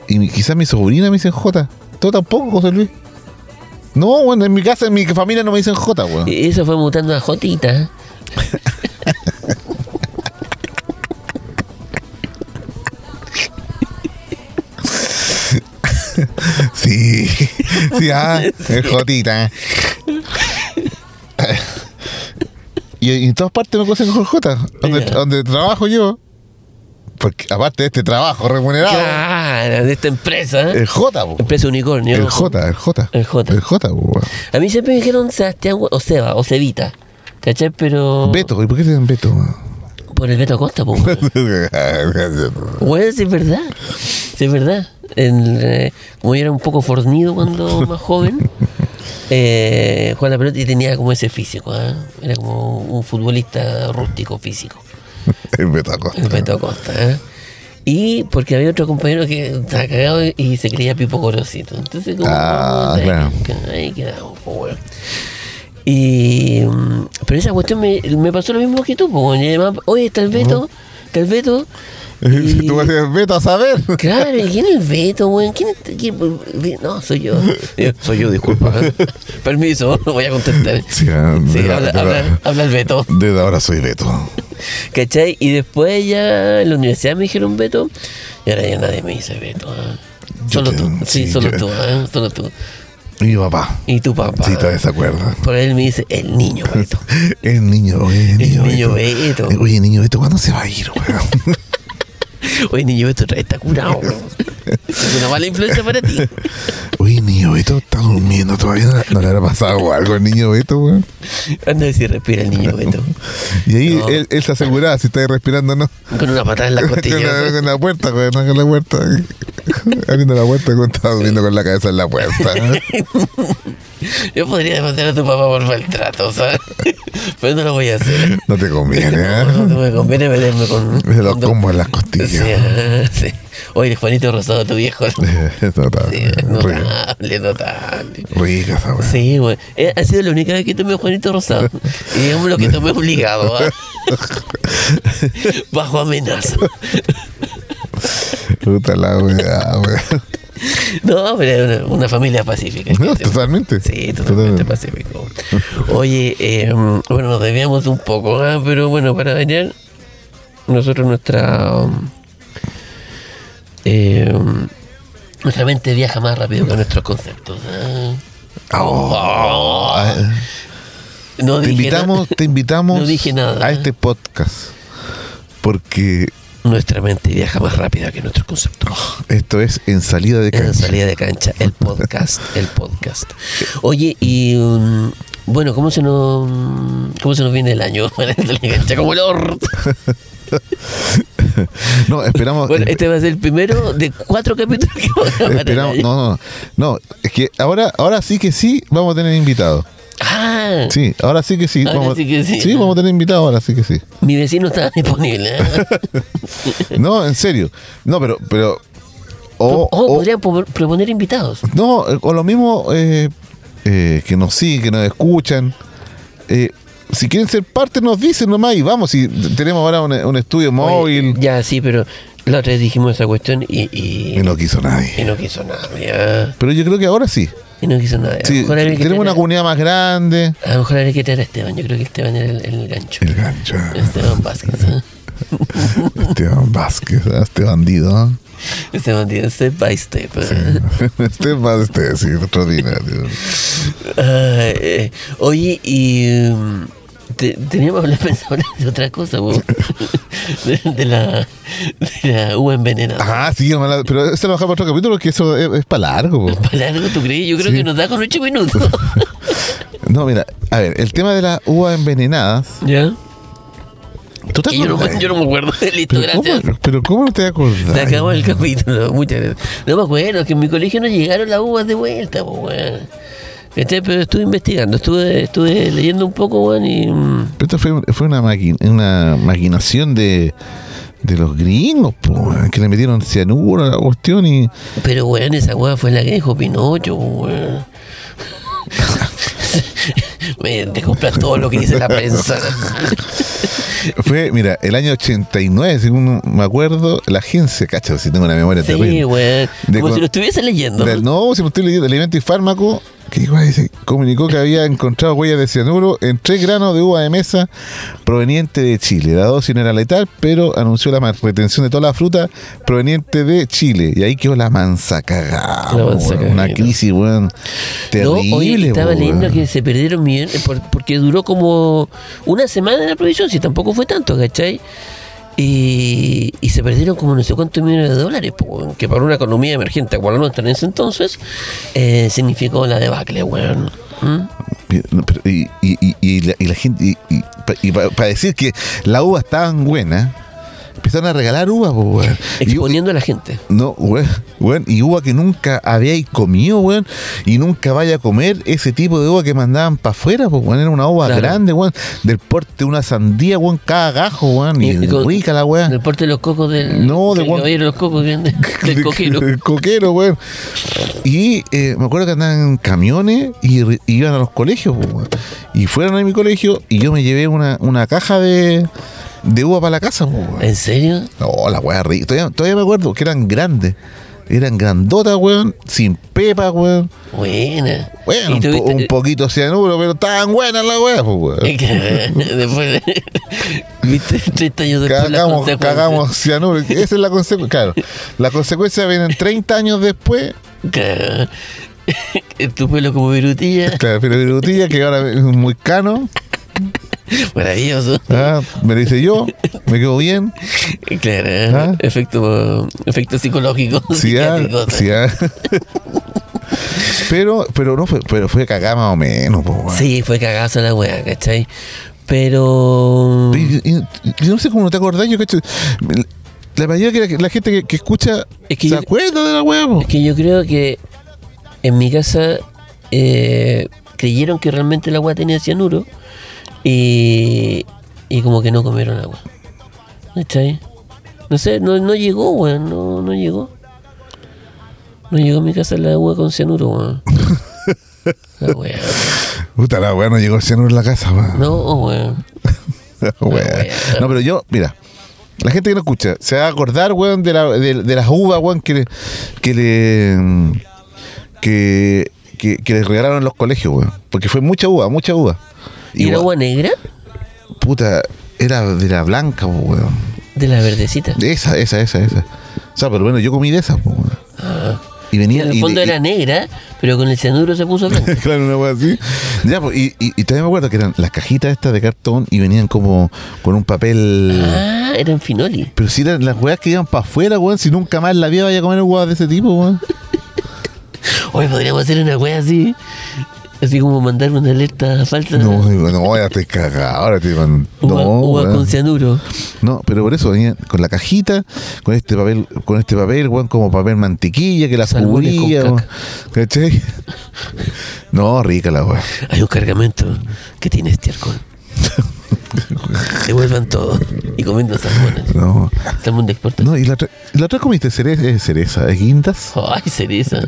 Speaker 1: Y mi- quizás mi sobrina me dice J. Tú tampoco, José Luis. No, bueno, en mi casa, en mi familia no me dicen J, weón.
Speaker 2: Y eso fue mutando a Jotita.
Speaker 1: Sí, sí, ah, es Jotita. Y en todas partes me conocen con J. Donde,
Speaker 2: Ya.
Speaker 1: donde trabajo yo, porque aparte de este trabajo remunerado,
Speaker 2: Claro, de esta empresa. ¿eh?
Speaker 1: el J, po.
Speaker 2: Empresa unicornio.
Speaker 1: El J, el J.
Speaker 2: El J.
Speaker 1: El J, po, weón.
Speaker 2: A mí siempre me dijeron Sebastián we- o Seba o Cevita. ¿Cachai? Pero.
Speaker 1: Beto, ¿y por qué te dicen Beto?
Speaker 2: Por el Beto Acosta, pues. Bueno, sí es verdad. Sí es verdad. En, eh, como yo era un poco fornido cuando más joven, eh, Juan la pelota y tenía como ese físico. ¿ah? Era como un futbolista rústico físico.
Speaker 1: el Beto Acosta.
Speaker 2: El Beto Acosta. ¿eh? Y porque había otro compañero que estaba cagado y- y se creía Pipo Corocito. Entonces, como. "Oh,
Speaker 1: Ah,
Speaker 2: puta,
Speaker 1: claro.
Speaker 2: que- Ahí quedamos, po, weón. Y. mm, Pero esa cuestión me, me pasó lo mismo que tú, po, weón. Y además, Oye, está el Beto. Está el Beto.
Speaker 1: Si tú vas a decir Beto a saber.
Speaker 2: Claro, ¿y ¿quién es el Beto, weón? ¿Quién es- quién- no, soy yo. Yo, Soy yo, disculpa. ¿eh? Permiso, voy a contestar.
Speaker 1: Sí, ah,
Speaker 2: Sí,
Speaker 1: de-
Speaker 2: habla,
Speaker 1: de-
Speaker 2: habla- habla el Beto.
Speaker 1: Desde ahora soy Beto.
Speaker 2: ¿Cachai? Y después ya en la universidad me dijeron Beto. Y ahora ya nadie me dice Beto. ¿ah?
Speaker 1: Yo
Speaker 2: Solo
Speaker 1: te-
Speaker 2: tú. Sí,
Speaker 1: sí,
Speaker 2: solo
Speaker 1: yo-
Speaker 2: tú. ¿ah? Solo tú.
Speaker 1: Mi papá.
Speaker 2: Y tu papá.
Speaker 1: Sí, todavía se acuerda.
Speaker 2: Por él me dice el niño Beto.
Speaker 1: El niño, oye, el niño,
Speaker 2: niño Beto.
Speaker 1: Eh, Oye, niño Beto, ¿cuándo se va a ir, weón?
Speaker 2: Oye, niño Beto está curado. Es una mala influencia para ti.
Speaker 1: Oye, niño Beto está durmiendo todavía. No, no le habrá pasado algo al niño Beto, weón.
Speaker 2: Anda a decir respira el niño Beto.
Speaker 1: Y ahí
Speaker 2: No.
Speaker 1: él, él se aseguraba si está ahí respirando o no.
Speaker 2: Con una patada en la
Speaker 1: Con la,
Speaker 2: costilla.
Speaker 1: con la puerta, weón, con la puerta. Abriendo la puerta, weón, estaba durmiendo con la cabeza en la puerta.
Speaker 2: Yo podría demandar a tu papá por maltrato, ¿sabes? Pero no lo voy a hacer.
Speaker 1: No te conviene, ¿eh?
Speaker 2: No, no me conviene meterme con.
Speaker 1: Me los
Speaker 2: con-
Speaker 1: combo en las
Speaker 2: Sí,
Speaker 1: costillas.
Speaker 2: ah, sí. Oye, el Juanito Rosado, tu viejo.
Speaker 1: Es notable.
Speaker 2: Sí,
Speaker 1: Rica,
Speaker 2: notable, notable.
Speaker 1: rica esa weá.
Speaker 2: Sí, güey. Eh, Ha sido la única vez que tomé Juanito Rosado. Y digamos lo que tomé obligado, ¿ah? Bajo amenaza.
Speaker 1: Puta la weá, weá.
Speaker 2: No, pero era una, una familia pacífica.
Speaker 1: No, totalmente.
Speaker 2: Sí, totalmente pues. pacífico. Oye, eh, bueno, nos debíamos un poco, ah, pero bueno, para dañar, nosotros nuestra. um, eh, um, nuestra mente viaja más rápido que nuestros conceptos. ah.
Speaker 1: Oh.
Speaker 2: No
Speaker 1: Te
Speaker 2: dije
Speaker 1: invitamos,
Speaker 2: nada.
Speaker 1: te invitamos
Speaker 2: No dije nada.
Speaker 1: a este podcast. Porque
Speaker 2: Nuestra mente viaja más rápido que nuestros conceptos.
Speaker 1: esto es en salida de
Speaker 2: En
Speaker 1: Oh, cancha.
Speaker 2: salida de cancha, el podcast, el podcast. Oye, y um, bueno, ¿cómo se nos mm, cómo se nos viene el año? Para la salida de cancha, como el orto.
Speaker 1: No, esperamos.
Speaker 2: Bueno, este va a ser el primero de cuatro capítulos que vamos a grabar.
Speaker 1: esperamos
Speaker 2: el año.
Speaker 1: no, no, no. Es que ahora, ahora sí que sí vamos a tener invitados.
Speaker 2: Ah,
Speaker 1: Sí, ahora sí que sí.
Speaker 2: Ahora
Speaker 1: vamos,
Speaker 2: sí que sí.
Speaker 1: vamos a tener invitados, ahora sí que sí.
Speaker 2: mi vecino está disponible. ¿eh?
Speaker 1: No, en serio. No, pero. pero
Speaker 2: Oh,
Speaker 1: o, o-
Speaker 2: podrían po- proponer invitados.
Speaker 1: No, eh, o lo mismo eh, eh, que nos siguen, que nos escuchan. Eh, si quieren ser parte, nos dicen nomás y vamos. Si t- tenemos ahora un, un estudio
Speaker 2: Oye,
Speaker 1: móvil.
Speaker 2: Ya, sí, pero la otra vez dijimos esa cuestión y, y,
Speaker 1: y no quiso
Speaker 2: y
Speaker 1: nadie.
Speaker 2: no quiso nada. ¿ya?
Speaker 1: Pero yo creo que ahora sí.
Speaker 2: Y no quiso nada.
Speaker 1: Sí,
Speaker 2: habría eh, que
Speaker 1: tenemos una
Speaker 2: traer
Speaker 1: comunidad más grande.
Speaker 2: a- a lo mejor habría que traer a Esteban. Yo creo que Esteban era el, el gancho.
Speaker 1: El gancho.
Speaker 2: Esteban Vázquez. ¿eh?
Speaker 1: Esteban Vázquez, ¿eh? este bandido.
Speaker 2: Esteban tiene step by step. ¿eh?
Speaker 1: ¿eh? Este más este, sí, extraordinario.
Speaker 2: Ah, eh, oye, y mm, te- teníamos que hablar- pensado hablar de otra cosa, po. de, de la, de la uva envenenada.
Speaker 1: Ah, sí, ojalá- pero eso lo bajamos para otro capítulo porque eso es, para largo. po.
Speaker 2: ¿Para largo tú crees? Yo creo
Speaker 1: Sí.
Speaker 2: que nos da con ocho minutos.
Speaker 1: No, mira, a ver, el tema de las uvas envenenadas.
Speaker 2: ¿Ya?
Speaker 1: ¿Tú te
Speaker 2: Que yo, no,
Speaker 1: acordás?
Speaker 2: yo no me acuerdo. Listo,
Speaker 1: pero,
Speaker 2: gracias.
Speaker 1: ¿cómo, pero ¿cómo no te acordás?
Speaker 2: Se acabó el capítulo, muchas gracias. No me acuerdo, que en mi colegio no llegaron las uvas de vuelta, pues, weón. Este, pero estuve investigando, estuve, estuve leyendo un poco, weón, y. mm,
Speaker 1: Pero Esto fue, fue una, maqui- una maquinación de, de los gringos, po, que le metieron cianuro a la cuestión y.
Speaker 2: Pero, weón, esa weá fue la que dijo Pinocho, weón. Me descoplas todo lo que dice la prensa.
Speaker 1: Fue, mira, el año 89, según me acuerdo, la agencia, cacha, si tengo una memoria
Speaker 2: Sí,
Speaker 1: terrible.
Speaker 2: weón.
Speaker 1: De
Speaker 2: Como
Speaker 1: con-
Speaker 2: si lo estuviese leyendo.
Speaker 1: De- no, si me estoy leyendo alimento y fármaco, que igual dice, comunicó que había encontrado huellas de cianuro en tres granos de uva de mesa proveniente de Chile. La dosis no era letal, pero anunció la ma- retención de toda la fruta proveniente de Chile. Y ahí quedó la mansa cagada.
Speaker 2: La mansa
Speaker 1: weón. Una
Speaker 2: cagada.
Speaker 1: crisis, weón.
Speaker 2: No,
Speaker 1: Terrible,
Speaker 2: hoy estaba
Speaker 1: weón.
Speaker 2: leyendo que se perdieron millones, por- porque duró como una semana la provisión, si tampoco fue tanto, ¿cachai? Y, y se perdieron como no sé cuántos millones de dólares, po, weón, que para una economía emergente como la nuestra en ese entonces, eh, significó la debacle, weón. ¿Mm?
Speaker 1: No, pero y, y- y- y la, y la gente, y, para decir que la uva estaban buena, empezaron a regalar uva, po, weón. Y-
Speaker 2: Exponiendo a la gente.
Speaker 1: No, weón, weón, y uva que nunca habíais comido, weón, y nunca vaya a comer ese tipo de uva que mandaban para afuera, pues, weón, era una uva
Speaker 2: Claro.
Speaker 1: grande, weón, del porte de una sandía, weón, cada gajo, weón, y,
Speaker 2: Y- y con-
Speaker 1: rica la Ah, weón.
Speaker 2: Del porte de los cocos del.
Speaker 1: No, de
Speaker 2: del
Speaker 1: weón-
Speaker 2: caballero de los cocos, que vende- del coquero.
Speaker 1: coquero, weón. Y eh, me acuerdo que andaban en camiones y, re- y iban a los colegios, pues, weón. Y fueron a mi colegio y yo me llevé una, una caja de, de uva para la casa, pues, weón.
Speaker 2: ¿En serio?
Speaker 1: No, la weá rica. Todavía, todavía me acuerdo que eran grandes. Eran grandotas, weón. Sin pepa, weón.
Speaker 2: Buena.
Speaker 1: Bueno,
Speaker 2: ¿Y
Speaker 1: un, po-
Speaker 2: tuviste-
Speaker 1: un poquito de cianuro, pero estaban buenas las weas, pues,
Speaker 2: Es
Speaker 1: weón.
Speaker 2: que, después de, viste, 30 años después las
Speaker 1: Cagamos,
Speaker 2: consecuencias.
Speaker 1: cagamos cianuro. Esa es la consecuencia. Claro, la consecuencia vienen 30 años después.
Speaker 2: Claro. tu pelo como virutilla
Speaker 1: Claro, pero virutilla, que ahora es muy cano.
Speaker 2: maravilloso
Speaker 1: ah, Me lo hice yo. Me quedo bien.
Speaker 2: claro
Speaker 1: ¿Ah?
Speaker 2: efecto efecto psicológico
Speaker 1: Sí, ah,
Speaker 2: psiquiátrico,
Speaker 1: sí, ah. Pero, pero no fue, pero fue cagada más o menos, pues, weón.
Speaker 2: Sí, fue cagazo la wea ¿cachai? pero
Speaker 1: Y- y- y- Yo no sé cómo no te acordás, yo cacho. La mayoría que la, la gente que, que escucha
Speaker 2: Es que
Speaker 1: se
Speaker 2: yo-
Speaker 1: acuerda de la weá, po.
Speaker 2: es que yo creo que en mi casa eh, creyeron que realmente la wea tenía cianuro y, y como que no comieron agua ¿cachai? no sé no, no llegó weón no, no llegó no llegó a mi casa la agua con cianuro weón la wea
Speaker 1: Puta, la weá no llegó cianuro en la casa, weón.
Speaker 2: No, weón.
Speaker 1: La weá.
Speaker 2: weá.
Speaker 1: No, pero yo, mira. La gente que no escucha se va a acordar, weón, de, la, de, de las uvas, weón, que le. que le. que, que, que les regalaron en los colegios, weón. Porque fue mucha uva, mucha uva.
Speaker 2: ¿Y
Speaker 1: Y,
Speaker 2: era
Speaker 1: weón,
Speaker 2: agua negra?
Speaker 1: puta, era de la blanca, po, weón.
Speaker 2: De la verdecita.
Speaker 1: Esa, esa, esa, esa. O sea, pero bueno, yo comí de esas, po, weón.
Speaker 2: Ah.
Speaker 1: Y venía.
Speaker 2: En
Speaker 1: y-
Speaker 2: el fondo
Speaker 1: y-
Speaker 2: era negra, pero con el cianuro se puso blanca.
Speaker 1: claro, una wea así. Ya, pues, y, y, y también me acuerdo que eran las cajitas estas de cartón y venían como con un papel.
Speaker 2: Ah, era en finoli.
Speaker 1: Pero si eran las weas que iban para afuera, weón, si nunca más en la vida vaya a comer huevas de ese tipo, weón.
Speaker 2: Hoy podríamos hacer una wea así. Así como mandar una alerta falsa.
Speaker 1: No, digo, no, ya estoy cagado, ahora estoy con-
Speaker 2: Uva,
Speaker 1: no,
Speaker 2: uva
Speaker 1: weón.
Speaker 2: con cianuro.
Speaker 1: No, pero por eso venían con la cajita, con este papel, con este papel, weón, como papel mantequilla que la
Speaker 2: Salmones con
Speaker 1: cubría,
Speaker 2: caca.
Speaker 1: weón. ¿Cachai? No, rica la wea.
Speaker 2: Hay un cargamento que tiene este estiércol. Devuelvan todo pues y comiendo salmones.
Speaker 1: No.
Speaker 2: Salmón de exportación.
Speaker 1: No, y la otra, la otra comiste cereza, eh, cereza, eh, guindas.
Speaker 2: Ay, cereza.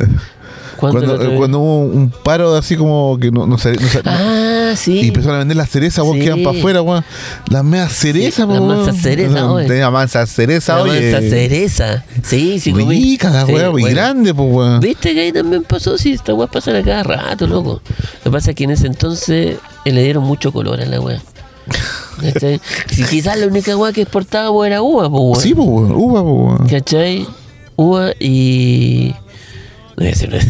Speaker 2: ¿Cuándo
Speaker 1: Cuando,
Speaker 2: la otra
Speaker 1: eh,
Speaker 2: vez?
Speaker 1: cuando hubo un paro así como que no, no, sa- no sa-
Speaker 2: Ah, sí.
Speaker 1: Y empezaron a vender las cerezas, weón,
Speaker 2: Sí.
Speaker 1: que iban para afuera, weón. Las meas cerezas,
Speaker 2: las
Speaker 1: weón.
Speaker 2: mansas cerezas, oye.
Speaker 1: Tenía mansa cereza,
Speaker 2: La
Speaker 1: oye.
Speaker 2: mansa cereza. Sí, sí, comí.
Speaker 1: Rica la
Speaker 2: Sí,
Speaker 1: weá, y
Speaker 2: bueno.
Speaker 1: grande, pues, weón.
Speaker 2: ¿Viste que ahí también pasó? Sí, esta weá pasa a cada rato, loco. Lo que pasa es que en ese entonces eh, le dieron mucho color a la weá. ¿Cachai? si quizás la única weá que exportaba pues, era uva, pues weón.
Speaker 1: Sí, pues, weón. Uva, pues, weón.
Speaker 2: ¿Cachai? Uva y. No voy a decir nada.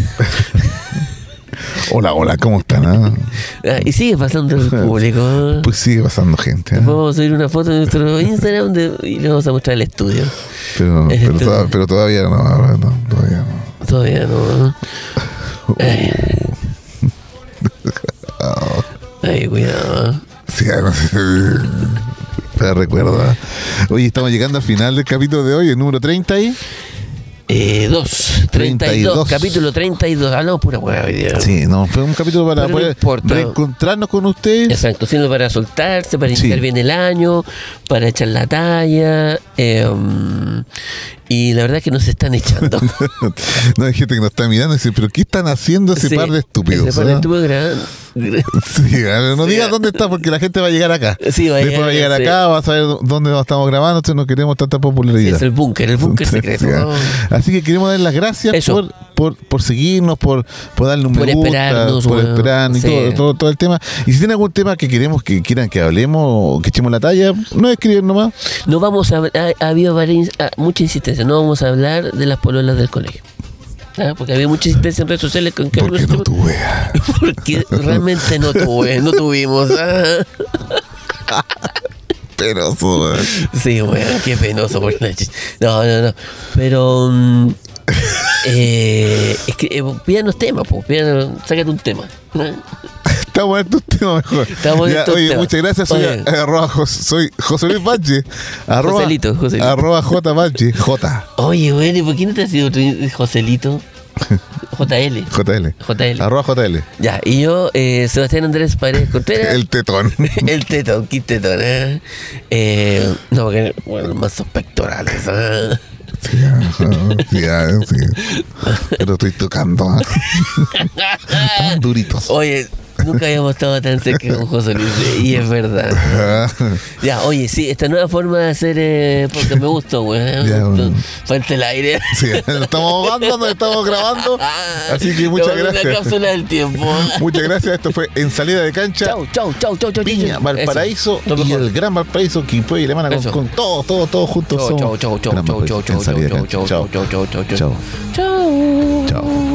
Speaker 1: Hola, hola, ¿cómo están? ah?
Speaker 2: Ah, Y sigue pasando el público. ¿eh?
Speaker 1: Pues sigue pasando gente, ah.
Speaker 2: Después vamos a subir una foto de nuestro Instagram de- y le vamos a mostrar el estudio.
Speaker 1: Pero, pero,
Speaker 2: Este-
Speaker 1: toda- pero todavía no, ah, no, todavía no.
Speaker 2: Todavía no. ¿eh? Ay. Ay, cuidado. ¿eh?
Speaker 1: Sí, ah, no sé. Te recuerda. ah. Oye, estamos llegando al final del capítulo de hoy, el número 30 y...
Speaker 2: Eh, dos, 32,
Speaker 1: 32.
Speaker 2: capítulo 32. Hablamos pura hueá hoy día.
Speaker 1: Sí, no, fue un capítulo para
Speaker 2: Pero no
Speaker 1: poder
Speaker 2: importa.
Speaker 1: reencontrarnos con ustedes.
Speaker 2: Exacto, sino para soltarse, para
Speaker 1: Sí.
Speaker 2: iniciar bien el año, para echar la talla. eh, y la verdad es que nos están echando.
Speaker 1: no hay gente que nos está mirando y dice, pero ¿qué están haciendo ese
Speaker 2: Sí,
Speaker 1: par de estúpidos?
Speaker 2: Ese par de
Speaker 1: ah?"
Speaker 2: estúpidos gran-
Speaker 1: Sí, a ver, no
Speaker 2: Sí.
Speaker 1: digas dónde está porque la gente va a llegar acá.
Speaker 2: Sí, va a
Speaker 1: Después va a
Speaker 2: llegar,
Speaker 1: llegar
Speaker 2: sí.
Speaker 1: acá, va a saber dónde nos estamos grabando, entonces no queremos tanta popularidad.
Speaker 2: Es el búnker, el búnker secreto.
Speaker 1: Sí,
Speaker 2: ¿no?
Speaker 1: Así que queremos dar las gracias
Speaker 2: Eso.
Speaker 1: por, por, por seguirnos, por, por darle un
Speaker 2: Por
Speaker 1: me gusta,
Speaker 2: esperarnos,
Speaker 1: por
Speaker 2: weón.
Speaker 1: esperarnos y
Speaker 2: Sí.
Speaker 1: todo, todo, todo el tema. Y si tienen algún tema que queremos que quieran que hablemos o que echemos la talla, no escriben nomás.
Speaker 2: No vamos a ha, ha habido varias- ah, mucha insistencia, no vamos a hablar de las pololas del colegio. Ah, porque había mucha insistencia en redes sociales con que este
Speaker 1: Porque no tuve.
Speaker 2: porque realmente no tuve, no tuvimos. ah.
Speaker 1: Pero eso, weón.
Speaker 2: Sí, bueno, qué penoso por la ch- No, no, no. Pero mm, eh, es que eh, pídanos temas, pues, pídanos, sácate un tema.
Speaker 1: Estamos en tu tema mejor.
Speaker 2: Estamos en tu
Speaker 1: oye,
Speaker 2: tema.
Speaker 1: muchas gracias. Soy,
Speaker 2: Oye.
Speaker 1: a- arroba Jos- soy José Luis Valle. Arroba,
Speaker 2: Joselito, Joselito.
Speaker 1: arroba J Valle. J.
Speaker 2: Oye, bueno, ¿y por qué no te has ido otro Joselito? JL.
Speaker 1: JL.
Speaker 2: JL.
Speaker 1: Arroba JL.
Speaker 2: Ya, y yo, eh, Sebastián Andrés Paredes Contreras.
Speaker 1: El tetón.
Speaker 2: El tetón, qué tetón, ¿eh? Eh, no, porque, bueno, más pectorales, ¿eh?
Speaker 1: Sí, ah, sí, ah, sí. Pero estoy tocando. ah. Están duritos.
Speaker 2: Oye, nunca habíamos estado tan cerca con José Luis, y es verdad.
Speaker 1: Ah,
Speaker 2: Ya, oye, sí, esta nueva forma de hacer eh, porque me gustó, güey. me
Speaker 1: Ya,
Speaker 2: gustó.
Speaker 1: bueno.
Speaker 2: Falta el aire.
Speaker 1: sí, nos estamos ahogando, nos estamos grabando. Así que muchas
Speaker 2: Tomando Una
Speaker 1: gracias.
Speaker 2: cápsula del tiempo.
Speaker 1: Muchas gracias. Esto fue En Salida de Cancha.
Speaker 2: Chau, chau, chau, chau, chau.
Speaker 1: Piña,
Speaker 2: chau.
Speaker 1: Valparaíso
Speaker 2: Eso, lo
Speaker 1: y
Speaker 2: mejor.
Speaker 1: el Gran Valparaíso, Quilpue y Alemana con,
Speaker 2: Eso.
Speaker 1: con todos, todos, todos juntos.
Speaker 2: Chau,
Speaker 1: somos
Speaker 2: chau, chau, chau,
Speaker 1: Gran
Speaker 2: chau,
Speaker 1: Valparaíso
Speaker 2: chau,
Speaker 1: en
Speaker 2: chau,
Speaker 1: salida de
Speaker 2: chau,
Speaker 1: cancha.
Speaker 2: chau, chau, chau, chau, chau.
Speaker 1: Chau.
Speaker 2: Chau.
Speaker 1: Chau.